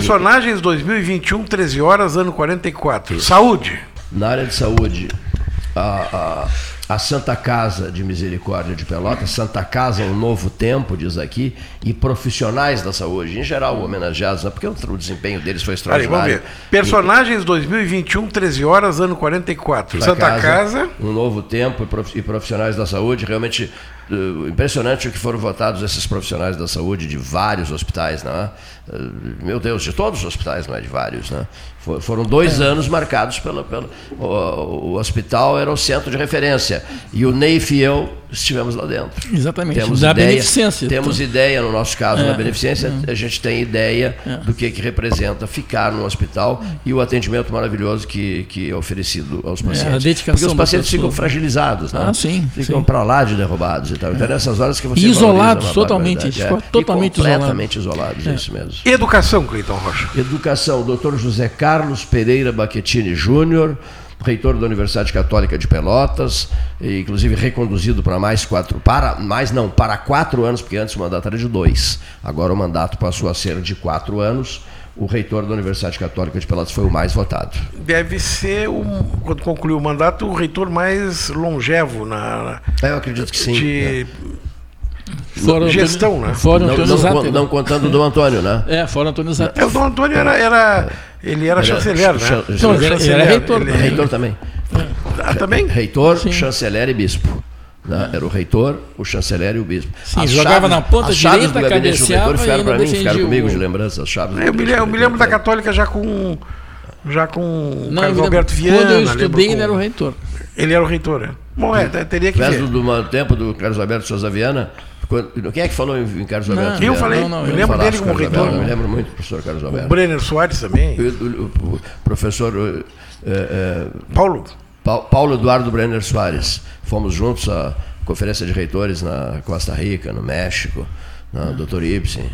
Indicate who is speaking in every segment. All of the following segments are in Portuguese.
Speaker 1: Personagens 2021, 13 horas, ano 44. Saúde.
Speaker 2: Na área de saúde, a, a, a Santa Casa de Misericórdia de Pelotas, Santa Casa, um novo tempo, diz aqui, e profissionais da saúde, em geral homenageados, né? porque o, o desempenho deles foi
Speaker 1: Olha aí,
Speaker 2: extraordinário.
Speaker 1: vamos ver. Personagens 2021, 13 horas, ano 44.
Speaker 2: da
Speaker 1: Santa Casa.
Speaker 2: Um novo tempo e prof- e profissionais da saúde. Realmente eh, impressionante o que foram votados esses profissionais da saúde de vários hospitais, não é? Eh, Meu Deus, de todos os hospitais, não é de vários, né? For- Foram dois anos marcados pela. pela o, o hospital era o centro de referência. E o Neif e eu estivemos lá dentro.
Speaker 3: Exatamente,
Speaker 2: Temos
Speaker 3: da
Speaker 2: ideia,
Speaker 3: beneficência.
Speaker 2: Temos ideia, no nosso caso,
Speaker 3: É,
Speaker 2: na beneficência, a gente tem ideia
Speaker 3: É. Uhum.
Speaker 2: do que, que representa ficar no hospital e o atendimento maravilhoso que, que é oferecido aos pacientes.
Speaker 3: a dedicação
Speaker 2: Porque os
Speaker 3: da
Speaker 2: pacientes ficam
Speaker 3: pessoa.
Speaker 2: fragilizados, né?
Speaker 3: Ah, sim,
Speaker 2: Ficam
Speaker 3: sim.
Speaker 2: para lá de derrubados e tal. Então, nessas horas que você
Speaker 3: Isolados,
Speaker 2: valoriza uma
Speaker 3: totalmente,
Speaker 2: barbaridade,
Speaker 3: ficou
Speaker 2: é. E
Speaker 3: totalmente
Speaker 2: completamente isolados, é isso mesmo.
Speaker 1: Educação, Cleiton Rocha.
Speaker 2: Educação, Dr. José Carlos Pereira Baquetini Júnior, reitor da Universidade Católica de Pelotas, e, inclusive reconduzido para mais quatro, para mais não, para quatro anos, porque antes o mandato era de dois, agora o mandato passou a ser de quatro anos. O reitor da Universidade Católica de Pelotas foi o mais votado.
Speaker 1: Deve ser, o, quando concluiu o mandato, o reitor mais longevo na,
Speaker 2: É, Eu acredito que sim. É.
Speaker 1: de
Speaker 3: Fora o Antônio-
Speaker 1: Gestão, né?
Speaker 3: Fora o
Speaker 2: Não,
Speaker 3: Antônio
Speaker 2: não-
Speaker 3: Zátera.
Speaker 2: não contando do Antônio, né?
Speaker 3: É, fora o Antônio Zátera.
Speaker 1: É, o Dom Antônio era, era- ele era, chanceler, né?
Speaker 2: chan-
Speaker 3: Não, ele era- ele era reitor,
Speaker 1: ele-
Speaker 3: né?
Speaker 2: Reitor também.
Speaker 1: ah, também?
Speaker 3: é,
Speaker 2: Reitor,
Speaker 3: Sim. É.
Speaker 2: chanceler e bispo. né? Era o reitor, o chanceler e o bispo.
Speaker 3: Sim, jogava na ponta
Speaker 2: as chaves
Speaker 3: direita,
Speaker 2: do gabinete do
Speaker 3: cabeceava
Speaker 2: reitor ficaram
Speaker 3: e
Speaker 2: para
Speaker 3: ainda
Speaker 2: mim, ficaram
Speaker 3: defendia
Speaker 2: comigo
Speaker 3: o-
Speaker 2: de lembrança, as chaves.
Speaker 3: é,
Speaker 2: do
Speaker 1: Eu me, eu
Speaker 2: gabinete do
Speaker 1: me
Speaker 2: reitor.
Speaker 1: lembro da Católica já com. Já com É o
Speaker 3: Não,
Speaker 1: Carlos
Speaker 3: eu me lembro-
Speaker 1: Alberto Viana. né?
Speaker 3: Quando eu
Speaker 1: lembro
Speaker 3: estudei,
Speaker 1: com-
Speaker 3: ele era o reitor.
Speaker 1: Ele era o reitor, né? Bom, é, te- teria que
Speaker 2: Lembra
Speaker 1: ver.
Speaker 2: do, do ma- tempo do Carlos Alberto Souza Viana. quando- Quem é que falou em, em Carlos Alberto?
Speaker 3: eu
Speaker 2: Viana?
Speaker 3: falei, eu
Speaker 2: Quem
Speaker 3: lembro
Speaker 2: falasse
Speaker 1: dele como
Speaker 2: Carlos
Speaker 1: reitor,
Speaker 2: Alberto? Eu
Speaker 1: né?
Speaker 2: me lembro muito do professor Carlos
Speaker 1: O
Speaker 2: Alberto.
Speaker 1: Brenner Soares também.
Speaker 2: Eu- eu- O professor eh, eh, eh,
Speaker 1: Paulo.
Speaker 2: Pa- Paulo Eduardo Brenner Soares. Fomos juntos à conferência de reitores na Costa Rica, no México, na Dr. Ibsen.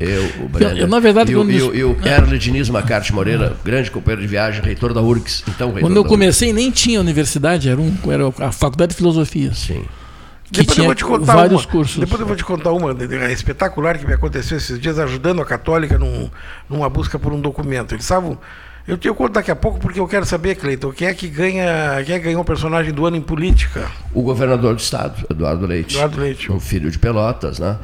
Speaker 2: Eu, o Brenner.
Speaker 3: eu, na verdade,
Speaker 2: e, o-
Speaker 3: quando-
Speaker 2: e, o- e o Erle Diniz Macarte Moreira, grande companheiro de viagem, reitor da URGS. Então, reitor
Speaker 3: Quando eu
Speaker 2: da URGS.
Speaker 3: comecei, nem tinha universidade, era, um, era a Faculdade de Filosofia.
Speaker 2: Sim.
Speaker 3: Que tinha vários
Speaker 1: uma.
Speaker 3: cursos.
Speaker 1: Depois eu vou te contar uma de- de- espetacular que me aconteceu esses dias ajudando a católica num- numa busca por um documento. Eles estavam. Eu, te- eu conto daqui a pouco porque eu quero saber, Cleiton, quem é que ganha. Quem é que ganhou o personagem do ano em política?
Speaker 2: O governador do estado, Eduardo Leite.
Speaker 1: Eduardo Leite.
Speaker 2: Um filho de Pelotas, né?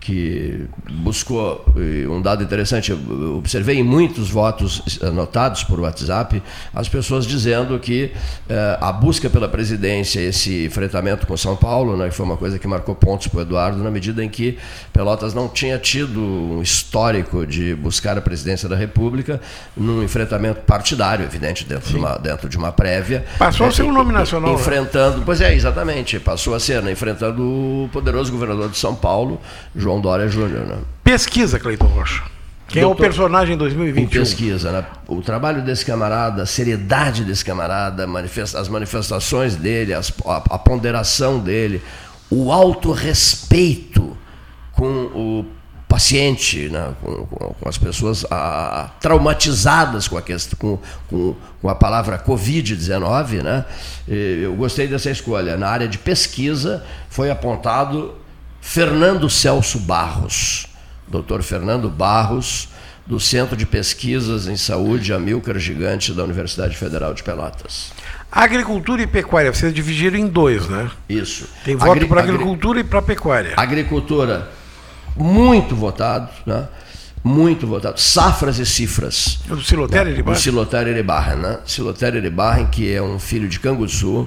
Speaker 2: Que buscou eh, um dado interessante. Eu observei em muitos votos anotados por WhatsApp as pessoas dizendo que eh, a busca pela presidência, esse enfrentamento com São Paulo, né, que foi uma coisa que marcou pontos para o Eduardo, na medida em que Pelotas não tinha tido um histórico de buscar a presidência da República num enfrentamento partidário, evidente, dentro, de uma, dentro de uma prévia.
Speaker 1: Passou a ser um nome
Speaker 2: Eh,
Speaker 1: nacional, né?
Speaker 2: enfrentando, pois é, exatamente, passou a ser, né, enfrentando o poderoso governador de São Paulo, João Dória Júnior, né?
Speaker 1: Pesquisa, Cleiton Rocha. Quem é o
Speaker 2: Doutor-
Speaker 1: personagem em
Speaker 2: Em
Speaker 1: 2021?
Speaker 2: pesquisa, né? O trabalho desse camarada, a seriedade desse camarada, manifesta- as manifestações dele, as- a, a ponderação dele, o autorrespeito com o paciente, né? com, com- com as pessoas ah, traumatizadas com a, questão, com, com- com a palavra Covid-19, né? E Eu gostei dessa escolha. Na área de pesquisa foi apontado Fernando Celso Barros. Dr. Fernando Barros, do Centro de Pesquisas em Saúde Amilcar Gigante da Universidade Federal de Pelotas.
Speaker 1: Agricultura e pecuária, vocês dividiram em dois, né?
Speaker 2: Isso.
Speaker 1: Tem voto
Speaker 2: Agri-
Speaker 1: para
Speaker 2: agri-
Speaker 1: agricultura e para pecuária.
Speaker 2: Agricultura, muito votado, né? Muito votado. Safras e cifras.
Speaker 1: O Silotério ele
Speaker 2: O
Speaker 1: bate?
Speaker 2: Silotério Eribarren, né? Silotério Eribarren, que é um filho de Canguçu,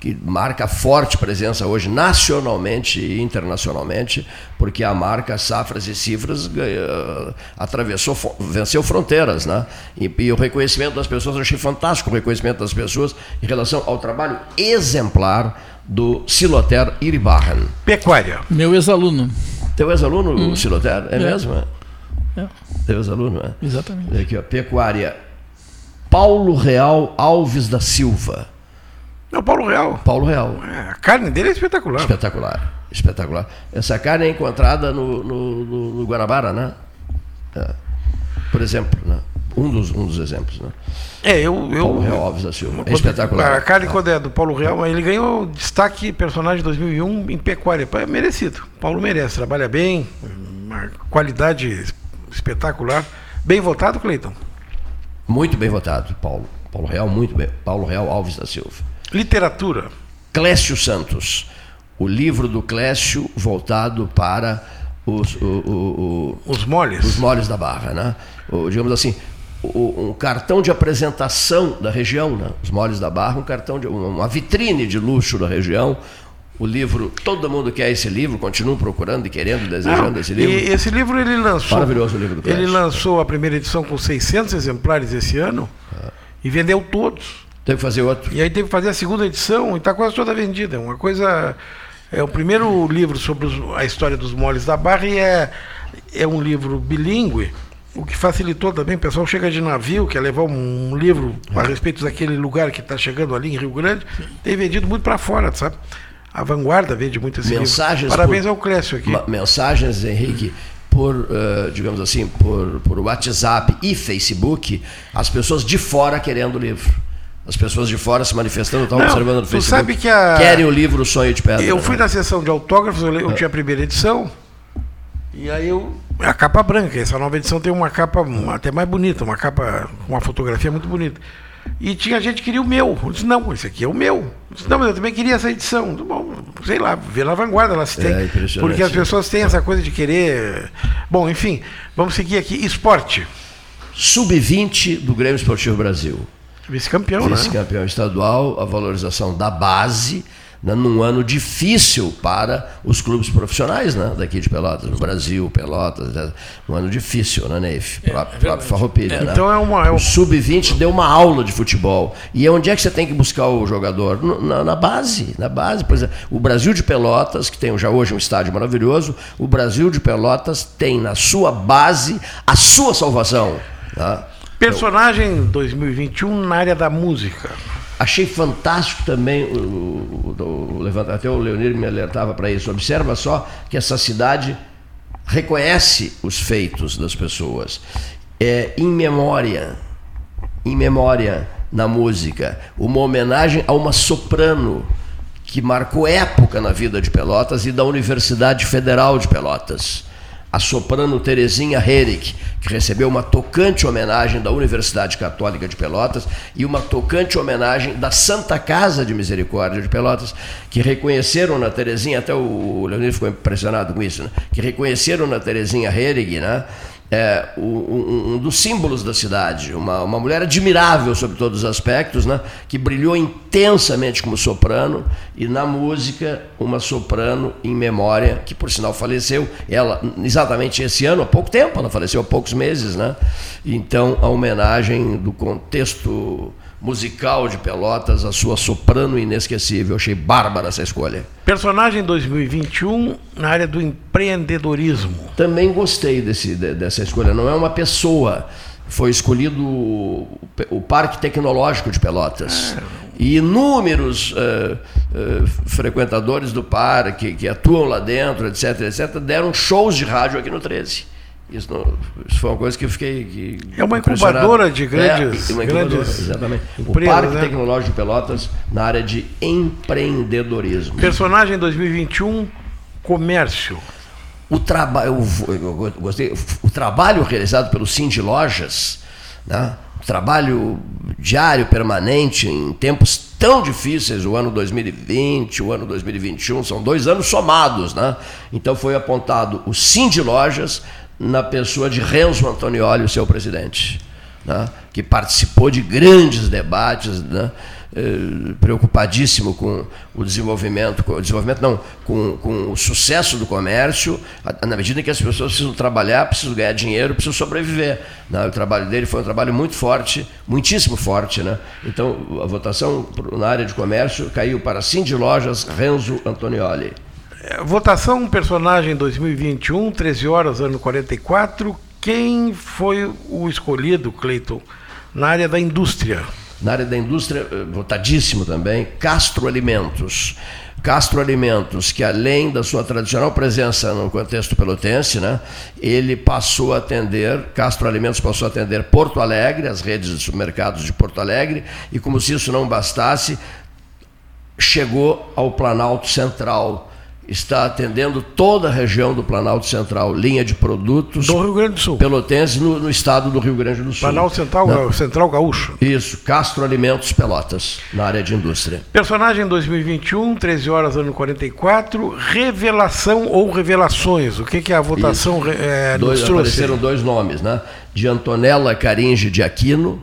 Speaker 2: que marca forte presença hoje nacionalmente e internacionalmente, porque a marca Safras e Cifras ganha- atravessou, fo- venceu fronteiras, né? E, e o reconhecimento das pessoas, eu achei fantástico o reconhecimento das pessoas em relação ao trabalho exemplar do Silotério Iribarren.
Speaker 1: Pecuária.
Speaker 3: Meu ex-aluno.
Speaker 2: Teu ex-aluno, o Silotério? É, mesmo? É?
Speaker 3: É,
Speaker 2: Teu ex-aluno, é?
Speaker 3: exatamente.
Speaker 2: Aqui, ó, pecuária. Paulo Real Alves da Silva.
Speaker 1: Não, É Paulo Real.
Speaker 2: Paulo Real.
Speaker 1: É, A carne dele é espetacular.
Speaker 2: Espetacular. Espetacular. Essa carne é encontrada no, no, no- no Guanabara, né? É. Por exemplo, né? um, dos, um dos exemplos, né?
Speaker 1: É, eu. eu
Speaker 2: Paulo Real Alves da Silva. É
Speaker 1: quando- A
Speaker 2: espetacular.
Speaker 1: carne, quando é do Paulo Real, ele ganhou destaque personagem 2001 em pecuária. É merecido. Paulo merece, trabalha bem, uma qualidade espetacular. Bem votado, Cleiton?
Speaker 2: Muito bem votado, Paulo. Paulo Real, muito bem. Paulo Real Alves da Silva.
Speaker 1: Literatura.
Speaker 2: Clécio Santos. O livro do Clécio voltado para os, o- o- o-
Speaker 1: Os moles.
Speaker 2: os moles da Barra, né? O- digamos assim, o- um cartão de apresentação da região, né? Os moles da Barra, um cartão de uma vitrine de luxo da região. O livro, todo mundo quer esse livro, continuam procurando e querendo, desejando esse livro.
Speaker 1: E esse livro ele lançou.
Speaker 2: Maravilhoso o livro do Clécio.
Speaker 1: Ele lançou a primeira edição com 600 exemplares esse ano
Speaker 2: Ah.
Speaker 1: e vendeu todos.
Speaker 2: Teve que fazer outro.
Speaker 1: E aí teve que fazer a segunda edição e está quase toda vendida. É Uma coisa. É o primeiro livro sobre os- a história dos moles da Barra e é, é um livro bilíngue, o que facilitou também. O pessoal chega de navio, quer levar um livro a respeito daquele lugar que está chegando ali em Rio Grande, tem vendido muito para fora, sabe? A vanguarda vende muito esse
Speaker 2: Mensagens
Speaker 1: livro. Parabéns
Speaker 2: por-
Speaker 1: ao Clécio aqui.
Speaker 2: Ma- mensagens, Henrique, por, eh, digamos assim, por, por WhatsApp e Facebook, as pessoas de fora querendo o livro. As pessoas de fora se manifestando, estão
Speaker 1: Não,
Speaker 2: observando no
Speaker 1: tu
Speaker 2: Facebook.
Speaker 1: sabe que a-
Speaker 2: Querem o livro Sonho de Pedra. né?
Speaker 1: Eu fui na sessão de autógrafos, eu, le-
Speaker 2: Ah.
Speaker 1: eu tinha a primeira edição. E aí eu. É A capa branca, essa nova edição tem uma capa hum, até mais bonita, uma capa, uma fotografia muito bonita. E tinha gente que queria o meu. Eu disse, não, esse aqui é o meu. Eu disse, não, mas eu também queria essa edição. Eu disse, Bom, sei lá, vê na vanguarda lá se tem.
Speaker 2: impressionante.
Speaker 1: porque as pessoas têm essa coisa de querer. Bom, enfim, vamos seguir aqui. Esporte.
Speaker 2: Sub-20 do Grêmio Esportivo Brasil.
Speaker 1: Vice-campeão, né?
Speaker 2: Vice-campeão estadual, a valorização da base, né, num ano difícil para os clubes profissionais né, daqui de Pelotas, no Brasil, Pelotas, né, um ano difícil, né, Neif? Pró- Próprio Farroupilha, né?
Speaker 1: Então é uma. É um-
Speaker 2: O sub-20 deu uma aula de futebol. E onde é que você tem que buscar o jogador? No- Na, na base, na base. Por exemplo, o Brasil de Pelotas, que tem já hoje um estádio maravilhoso, o Brasil de Pelotas tem na sua base a sua salvação. tá?
Speaker 1: Personagem 2021 na área da música.
Speaker 2: Achei fantástico também, o, o- o- levanta- até o Leonir me alertava para isso. Observa só que essa cidade reconhece os feitos das pessoas. É, em memória, em memória na música, uma homenagem a uma soprano que marcou época na vida de Pelotas e da Universidade Federal de Pelotas. A soprano Terezinha Herrick, que recebeu uma tocante homenagem da Universidade Católica de Pelotas e uma tocante homenagem da Santa Casa de Misericórdia de Pelotas, que reconheceram na Terezinha, até o Leonir ficou impressionado com isso, né? que reconheceram na Terezinha Herrick, né? é, o- um, um dos símbolos da cidade, uma, uma mulher admirável sobre todos os aspectos, né? que brilhou intensamente como soprano e na música uma soprano em memória, que por sinal faleceu, ela exatamente esse ano, há pouco tempo, ela faleceu há poucos meses, né? Então a homenagem do contexto musical de Pelotas à sua soprano inesquecível, achei bárbara essa escolha.
Speaker 1: Personagem 2021 na área do empreendedorismo.
Speaker 2: Também gostei desse, de- dessa escolha. Não é uma pessoa. Foi escolhido o, pe- o Parque Tecnológico de Pelotas. E inúmeros eh, eh, frequentadores do parque que atuam lá dentro, etc, etc, deram shows de rádio aqui no 13. Isso, não- isso foi uma coisa que eu fiquei. que-
Speaker 1: É uma
Speaker 2: impressionado.
Speaker 1: incubadora de grandes-
Speaker 2: É, uma incubadora,
Speaker 1: grandes
Speaker 2: exatamente. o
Speaker 1: empresas,
Speaker 2: Parque
Speaker 1: né?
Speaker 2: Tecnológico de Pelotas na área de empreendedorismo.
Speaker 1: Personagem 2021 comércio.
Speaker 2: o trabalho gostei o trabalho realizado pelo Cindy Lojas né? O trabalho diário permanente em tempos tão difíceis o ano 2020 o ano 2021 são dois anos somados né então foi apontado o Cindy Lojas na pessoa de Renzo Antonioli o seu presidente né, que participou de grandes debates, né, eh, preocupadíssimo com o desenvolvimento, com o desenvolvimento não, com, com o sucesso do comércio, a- na medida em que as pessoas precisam trabalhar, precisam ganhar dinheiro, precisam sobreviver. né. O trabalho dele foi um trabalho muito forte, muitíssimo forte. Né? Então, a votação pro- na área de comércio caiu para Cindy Lojas Renzo Antonioli.
Speaker 1: Eh, Votação personagem 2021, 13 horas, ano 44. Quem foi o escolhido, Cleiton, na área da indústria?
Speaker 2: Na área da indústria, eh, votadíssimo também, Castro Alimentos. Castro Alimentos, que além da sua tradicional presença no contexto pelotense, né, ele passou a atender, Castro Alimentos passou a atender Porto Alegre, as redes de supermercados de Porto Alegre, e como se isso não bastasse, chegou ao Planalto Central, está atendendo toda a região do Planalto Central, linha de produtos
Speaker 1: Do Rio Grande do Sul.
Speaker 2: pelotense no, no estado do Rio Grande do Sul.
Speaker 1: Planalto Central,
Speaker 2: Não.
Speaker 1: Central Gaúcho.
Speaker 2: Isso, Castro Alimentos Pelotas, na área de indústria.
Speaker 1: Personagem 2021, 13 horas, ano 44. Revelação ou revelações? O que, que a votação re- eh,
Speaker 2: Dois,
Speaker 1: nos trouxe?
Speaker 2: apareceram dois nomes, né? De Antonella Caringe de Aquino,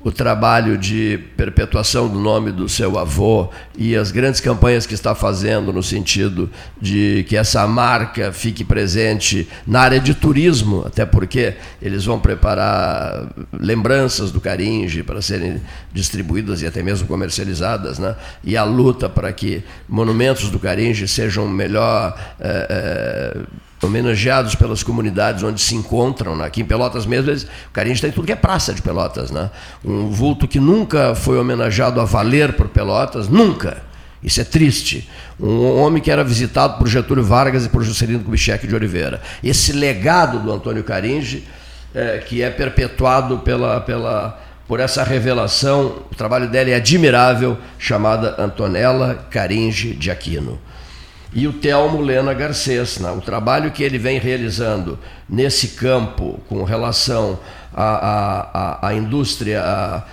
Speaker 2: o trabalho de perpetuação do nome do seu avô e as grandes campanhas que está fazendo no sentido de que essa marca fique presente na área de turismo, até porque eles vão preparar lembranças do Caringe para serem distribuídas e até mesmo comercializadas, né? E a luta para que monumentos do Caringe sejam melhor eh, eh, homenageados pelas comunidades onde se encontram. Né? Aqui em Pelotas mesmo, eles, o Caringe tem tudo que é praça de Pelotas. Né? Um vulto que nunca foi homenageado a valer por Pelotas, nunca. Isso é triste. Um homem que era visitado por Getúlio Vargas e por Juscelino Kubitschek de Oliveira. Esse legado do Antônio Caringe, eh, que é perpetuado pela, pela, por essa revelação, o trabalho dela é admirável, chamada Antonella Caringe de Aquino e o Telmo Lena Garcês. né? O trabalho que ele vem realizando nesse campo com relação à- à à- à indústria, a,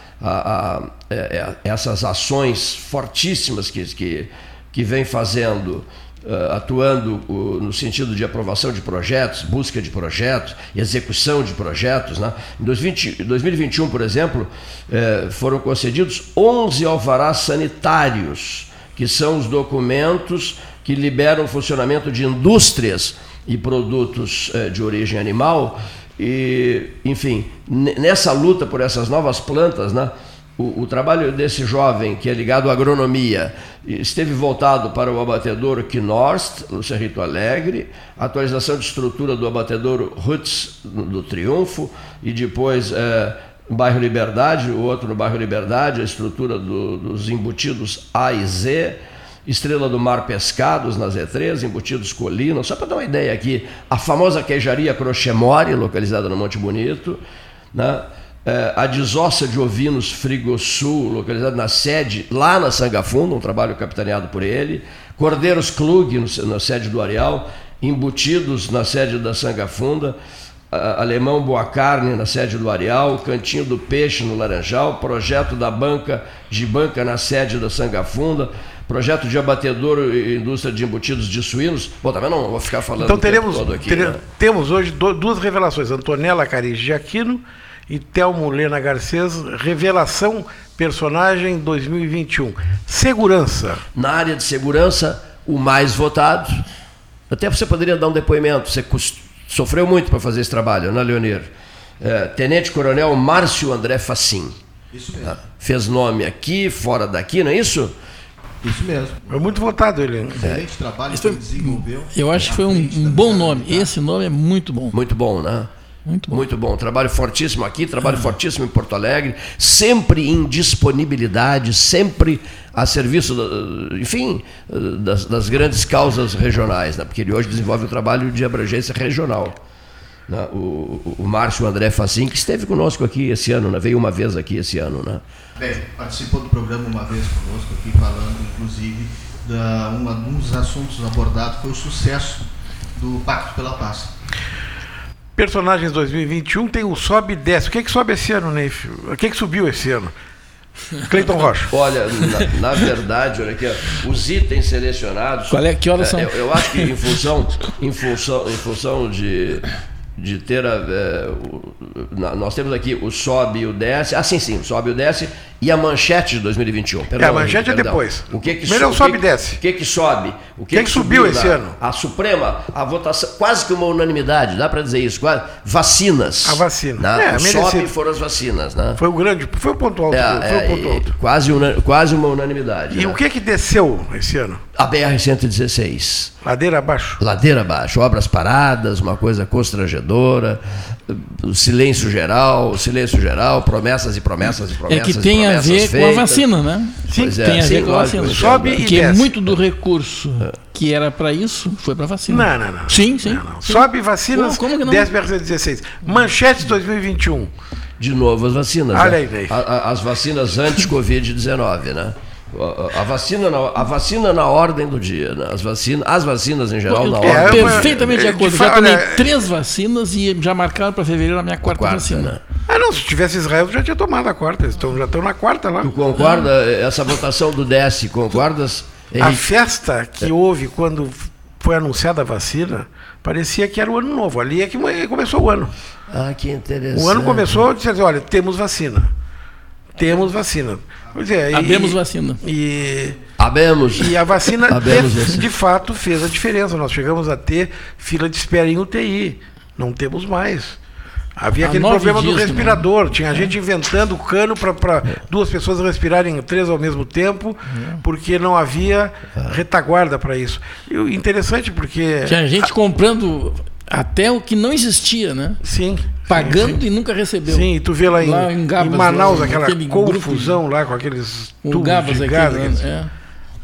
Speaker 2: é, essas ações fortíssimas que, que, que vem fazendo. eh, atuando o- no sentido de aprovação de projetos, busca de projetos, execução de projetos. Né? Em 2020 2021, por exemplo, eh, foram concedidos 11 alvarás sanitários que são os documentos que liberam o funcionamento de indústrias e produtos eh, de origem animal. E, enfim, ne- nessa luta por essas novas plantas, né, o, o trabalho desse jovem que é ligado à agronomia esteve voltado para o abatedouro Knorst, no Cerrito Alegre, atualização de estrutura do abatedouro Roots do Triunfo e depois eh, no bairro Liberdade, o outro no bairro Liberdade, a estrutura do- dos embutidos A e Z, Estrela do Mar Pescados na Z3, embutidos Colina, só para dar uma ideia aqui, a famosa queijaria Crochemore, localizada no Monte Bonito, né? Eh, a desossa de ovinos Frigosul, localizada na sede, lá na Sangafunda, um trabalho capitaneado por ele, Cordeiros Klug, no- na sede do Areal, embutidos na sede da Sangafunda, a- Alemão Boa Carne na sede do Areal, Cantinho do Peixe no Laranjal, projeto da banca de banca na sede da Sangafunda, projeto de abatedouro e indústria de embutidos de suínos. Bom, também não vou ficar falando
Speaker 1: Então
Speaker 2: o Tá tempo
Speaker 1: teremos,
Speaker 2: todo aqui,
Speaker 1: tere-
Speaker 2: né?
Speaker 1: temos hoje do- duas revelações: Antonella Caris de Aquino e Telmo Lena Garcês, revelação personagem 2021. Segurança.
Speaker 2: Na área de segurança, o mais votado. Até você poderia dar um depoimento, você cust- sofreu muito para fazer esse trabalho, né, Leonir? É, Tenente Coronel Márcio André Facim.
Speaker 4: Isso mesmo. Ah.
Speaker 2: Fez nome aqui, fora daqui, não é isso?
Speaker 4: Isso mesmo.
Speaker 1: É muito votado ele. né?
Speaker 4: Excelente trabalho
Speaker 3: É. Isso
Speaker 4: que
Speaker 3: foi-
Speaker 4: ele desenvolveu.
Speaker 3: Eu acho que foi um, um bom nome. Esse nome é muito bom.
Speaker 2: Muito bom, né?
Speaker 3: Muito bom. Ah.
Speaker 2: Muito bom. Trabalho fortíssimo aqui, trabalho fortíssimo em Porto Alegre, sempre em disponibilidade, sempre a serviço, da- enfim, das, das grandes causas regionais, né? porque ele hoje desenvolve um trabalho de abrangência regional. né? O, o- o Márcio André Facim, que esteve conosco aqui esse ano, né? veio uma vez aqui esse ano. Né?
Speaker 4: Bem, participou do programa uma vez conosco aqui, falando inclusive da uma, um dos assuntos abordados foi o sucesso do Pacto pela Paz.
Speaker 1: Personagens 2021 tem o sobe e desce. O que, que sobe esse ano, Neif? O que, que subiu esse ano? Cleiton Rocha.
Speaker 2: Olha, na, na verdade, olha aqui, ó, os itens selecionados.
Speaker 3: Qual é- que horas são?
Speaker 2: Eu, eu acho que em função, em função, em função de, de ter. a, é, o- na- nós temos aqui o sobe e o desce. Ah, sim, sim, o sobe e o desce e a manchete de 2021. Perdão,
Speaker 1: É, a manchete é
Speaker 2: perdão.
Speaker 1: depois.
Speaker 2: O que que
Speaker 1: Primeiro é o
Speaker 2: su-
Speaker 1: sobe
Speaker 2: que-
Speaker 1: e desce.
Speaker 2: O que que sobe? O
Speaker 1: Quem que subiu
Speaker 2: na-
Speaker 1: esse ano?
Speaker 2: A Suprema, a votação, quase que uma unanimidade, dá para dizer isso, quase. Vacinas.
Speaker 1: A vacina.
Speaker 2: Né?
Speaker 1: É,
Speaker 2: o
Speaker 1: merecido.
Speaker 2: sobe foram as vacinas, né?
Speaker 1: Foi o grande, foi o ponto alto.
Speaker 2: É,
Speaker 1: do- foi
Speaker 2: é,
Speaker 1: o ponto
Speaker 2: é,
Speaker 1: alto.
Speaker 2: quase, una- quase uma unanimidade.
Speaker 1: E
Speaker 2: né?
Speaker 1: o que que desceu esse ano?
Speaker 2: A BR-116,
Speaker 1: Ladeira abaixo.
Speaker 2: ladeira abaixo, obras paradas, uma coisa constrangedora, o silêncio geral, o silêncio geral, promessas e promessas e
Speaker 3: É
Speaker 2: promessas.
Speaker 3: que
Speaker 2: e
Speaker 3: tem a
Speaker 2: promessas
Speaker 3: ver
Speaker 2: feitas.
Speaker 3: com a vacina, né?
Speaker 1: Sim,
Speaker 2: Pois é,
Speaker 3: tem a
Speaker 2: sim,
Speaker 3: ver com a
Speaker 2: lógico,
Speaker 3: vacina.
Speaker 1: Sobe e
Speaker 3: Porque
Speaker 1: desce.
Speaker 3: muito do recurso que era para isso foi para vacina.
Speaker 1: Não, não, não.
Speaker 3: Sim, sim.
Speaker 1: Não, não. Sobe vacinas,
Speaker 3: Como- como que não?
Speaker 1: 10 BR-116. Manchete 2021.
Speaker 2: De novo as vacinas.
Speaker 1: Olha
Speaker 2: né?
Speaker 1: aí, velho.
Speaker 2: A- a- As vacinas anti-Covid-19, né? A- A, a vacina na, a vacina na ordem do dia, né? as, vacinas, as vacinas em geral na
Speaker 3: Eu tô
Speaker 1: é,
Speaker 2: ordem.
Speaker 1: mas-
Speaker 3: perfeitamente de
Speaker 1: é,
Speaker 3: acordo.
Speaker 1: de
Speaker 3: Já
Speaker 1: fato,
Speaker 3: tomei
Speaker 1: olha,
Speaker 3: três vacinas e já marcaram para fevereiro a minha quarta,
Speaker 2: Quarta,
Speaker 3: vacina.
Speaker 2: né?
Speaker 1: Ah, não, se tivesse Israel, já tinha tomado a quarta. Eles tão- já estão na quarta lá.
Speaker 2: Tu concorda? Essa votação do DS, concordas?
Speaker 1: A
Speaker 2: Henrique?
Speaker 1: festa
Speaker 3: É.
Speaker 1: que houve quando foi anunciada a vacina, parecia que era o ano novo. Ali é que começou o ano.
Speaker 2: Ah, que interessante.
Speaker 1: O ano começou dizendo assim, olha, temos vacina. Temos vacina. Quer dizer, e-
Speaker 3: Abemos vacina.
Speaker 1: E,
Speaker 2: Abemos.
Speaker 1: e a vacina
Speaker 3: Tá
Speaker 2: Abemos
Speaker 1: de,
Speaker 2: vacina.
Speaker 1: de fato fez a diferença. Nós chegamos a ter fila de espera em UTI. Não temos mais. Havia
Speaker 3: Há
Speaker 1: aquele
Speaker 3: nove
Speaker 1: problema do
Speaker 3: dias, né?
Speaker 1: respirador. Tinha gente inventando cano para duas pessoas respirarem três ao mesmo tempo,
Speaker 3: É.
Speaker 1: porque não havia retaguarda para isso. E o interessante porque.
Speaker 3: Tinha gente comprando até o que não existia, né?
Speaker 1: Sim.
Speaker 3: Pagando e nunca recebeu.
Speaker 1: Sim, e tu vê lá em,
Speaker 3: Lá em Gabas,
Speaker 1: em Manaus
Speaker 3: lá,
Speaker 1: aquela
Speaker 3: aquele grupo
Speaker 1: confusão lá com aqueles
Speaker 3: O
Speaker 1: tubos
Speaker 3: Gabas
Speaker 1: de
Speaker 3: aqui.
Speaker 1: gás.
Speaker 3: né?
Speaker 1: aqueles-
Speaker 3: É.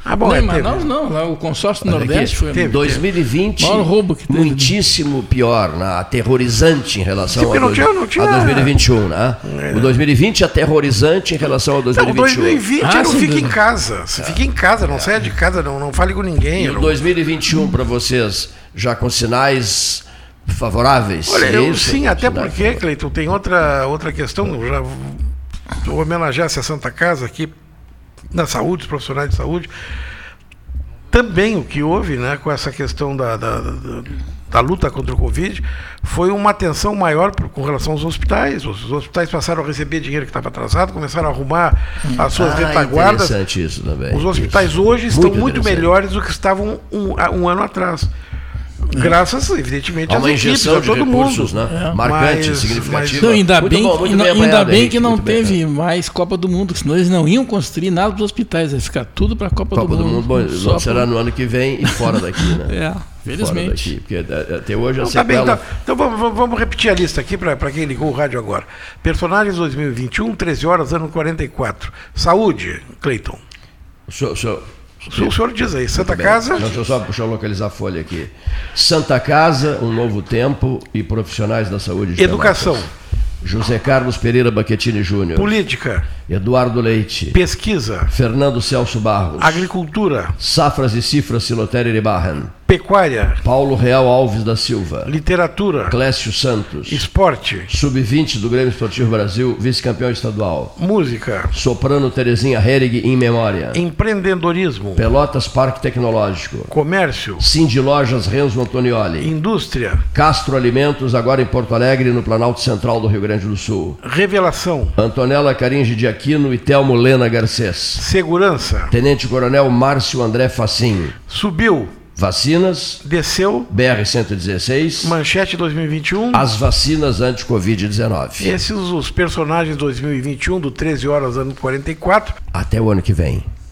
Speaker 1: Ah, bom,
Speaker 3: não,
Speaker 1: é,
Speaker 3: em
Speaker 1: teve.
Speaker 3: Manaus não, lá o consórcio
Speaker 2: Olha aqui,
Speaker 3: Nordeste foi.
Speaker 1: teve.
Speaker 2: 2020,
Speaker 3: Maior roubo que teve. né?
Speaker 2: muitíssimo pior, né? aterrorizante em relação
Speaker 1: Sim, porque
Speaker 2: ao
Speaker 1: não
Speaker 2: dois-
Speaker 1: tinha- não tinha- É.
Speaker 2: a 2021. Né? O 2020 aterrorizante em relação ao
Speaker 1: Não,
Speaker 2: 2021.
Speaker 1: 2020
Speaker 3: Ah,
Speaker 1: não
Speaker 3: sem
Speaker 1: fica em
Speaker 3: dúvida.
Speaker 1: casa. Se fica em casa, não saia de casa, não, não fale com ninguém.
Speaker 2: E o
Speaker 1: não-
Speaker 2: 2021 para vocês, já com sinais favoráveis?
Speaker 1: Olha,
Speaker 2: Seria
Speaker 1: eu,
Speaker 2: isso?
Speaker 1: sim, até
Speaker 2: Sinais
Speaker 1: porque, Cleiton, tem outra, outra questão. eu Já vou homenagear essa Santa Casa aqui na saúde, os profissionais de saúde. Também o que houve né, com essa questão da, da, da- da luta contra o Covid foi uma atenção maior por- com relação aos hospitais. Os os hospitais passaram a receber dinheiro que estava atrasado, começaram a arrumar as suas
Speaker 2: Ah,
Speaker 1: retaguardas.
Speaker 2: interessante isso também.
Speaker 1: Os hospitais
Speaker 2: É Isso.
Speaker 1: hoje estão muito,
Speaker 2: interessante.
Speaker 1: melhores do que estavam um, a- um ano atrás. Graças, evidentemente,
Speaker 2: Há uma
Speaker 1: às equipes,
Speaker 3: tá
Speaker 2: injeção
Speaker 1: a
Speaker 2: de
Speaker 1: todo
Speaker 2: recursos,
Speaker 1: mundo.
Speaker 2: né?
Speaker 1: É.
Speaker 2: Marcante,
Speaker 1: Mas-
Speaker 2: significativa.
Speaker 3: Não, ainda
Speaker 2: Muito
Speaker 3: bem,
Speaker 2: bom, muito
Speaker 3: ainda, ainda
Speaker 2: apanhado,
Speaker 3: bem
Speaker 2: Henrique,
Speaker 3: que não
Speaker 2: muito bem
Speaker 3: teve
Speaker 2: apanhado.
Speaker 3: mais Copa do Mundo, senão eles não iam construir nada dos hospitais, ia ficar tudo para a Copa,
Speaker 2: Copa do Mundo, bom,
Speaker 3: só
Speaker 2: será
Speaker 3: pra-
Speaker 2: no ano que vem e fora daqui, né?
Speaker 3: É,
Speaker 2: Fora
Speaker 3: felizmente.
Speaker 2: daqui, porque a- até hoje a
Speaker 1: Então, tá bem,
Speaker 2: sequela-
Speaker 1: então, então vamos, vamos- vamos repetir a lista aqui para quem ligou o rádio agora. Personagens 2021, 13 horas, ano 44. Saúde, Cleiton.
Speaker 2: O senhor- o senhor-
Speaker 1: O senhor- o senhor diz aí, Santa
Speaker 2: bem,
Speaker 1: Casa.
Speaker 2: não, deixa eu só deixa eu localizar a folha aqui. Santa Casa, Um Novo Tempo e Profissionais da Saúde. de
Speaker 1: Educação.
Speaker 2: Pelotas. José Carlos Pereira Baquetini Júnior.
Speaker 1: Política,
Speaker 2: Eduardo Leite.
Speaker 1: pesquisa,
Speaker 2: Fernando Celso Barros.
Speaker 1: agricultura,
Speaker 2: Safras e Cifras Siloteri de Barren.
Speaker 1: pecuária,
Speaker 2: Paulo Real Alves da Silva.
Speaker 1: literatura,
Speaker 2: Clécio Santos.
Speaker 1: esporte,
Speaker 2: Sub-20 do Grêmio Esportivo Brasil, vice-campeão estadual.
Speaker 1: música,
Speaker 2: Soprano Terezinha Herig em memória.
Speaker 1: empreendedorismo,
Speaker 2: Pelotas Parque Tecnológico.
Speaker 1: comércio,
Speaker 2: Cindy Lojas Renzo Antonioli.
Speaker 1: indústria,
Speaker 2: Castro Alimentos, agora em Porto Alegre, no Planalto Central do Rio Grande do Sul.
Speaker 1: revelação,
Speaker 2: Antonella Caringe de Aquino e Telmo Lena Garcês.
Speaker 1: segurança,
Speaker 2: Tenente Coronel Márcio André Facim.
Speaker 1: subiu,
Speaker 2: Vacinas,
Speaker 1: desceu,
Speaker 2: BR-116.
Speaker 1: manchete 2021.
Speaker 2: As vacinas anti-Covid-19.
Speaker 1: Esses os personagens 2021 do 13 horas ano 44.
Speaker 2: Até o ano que vem.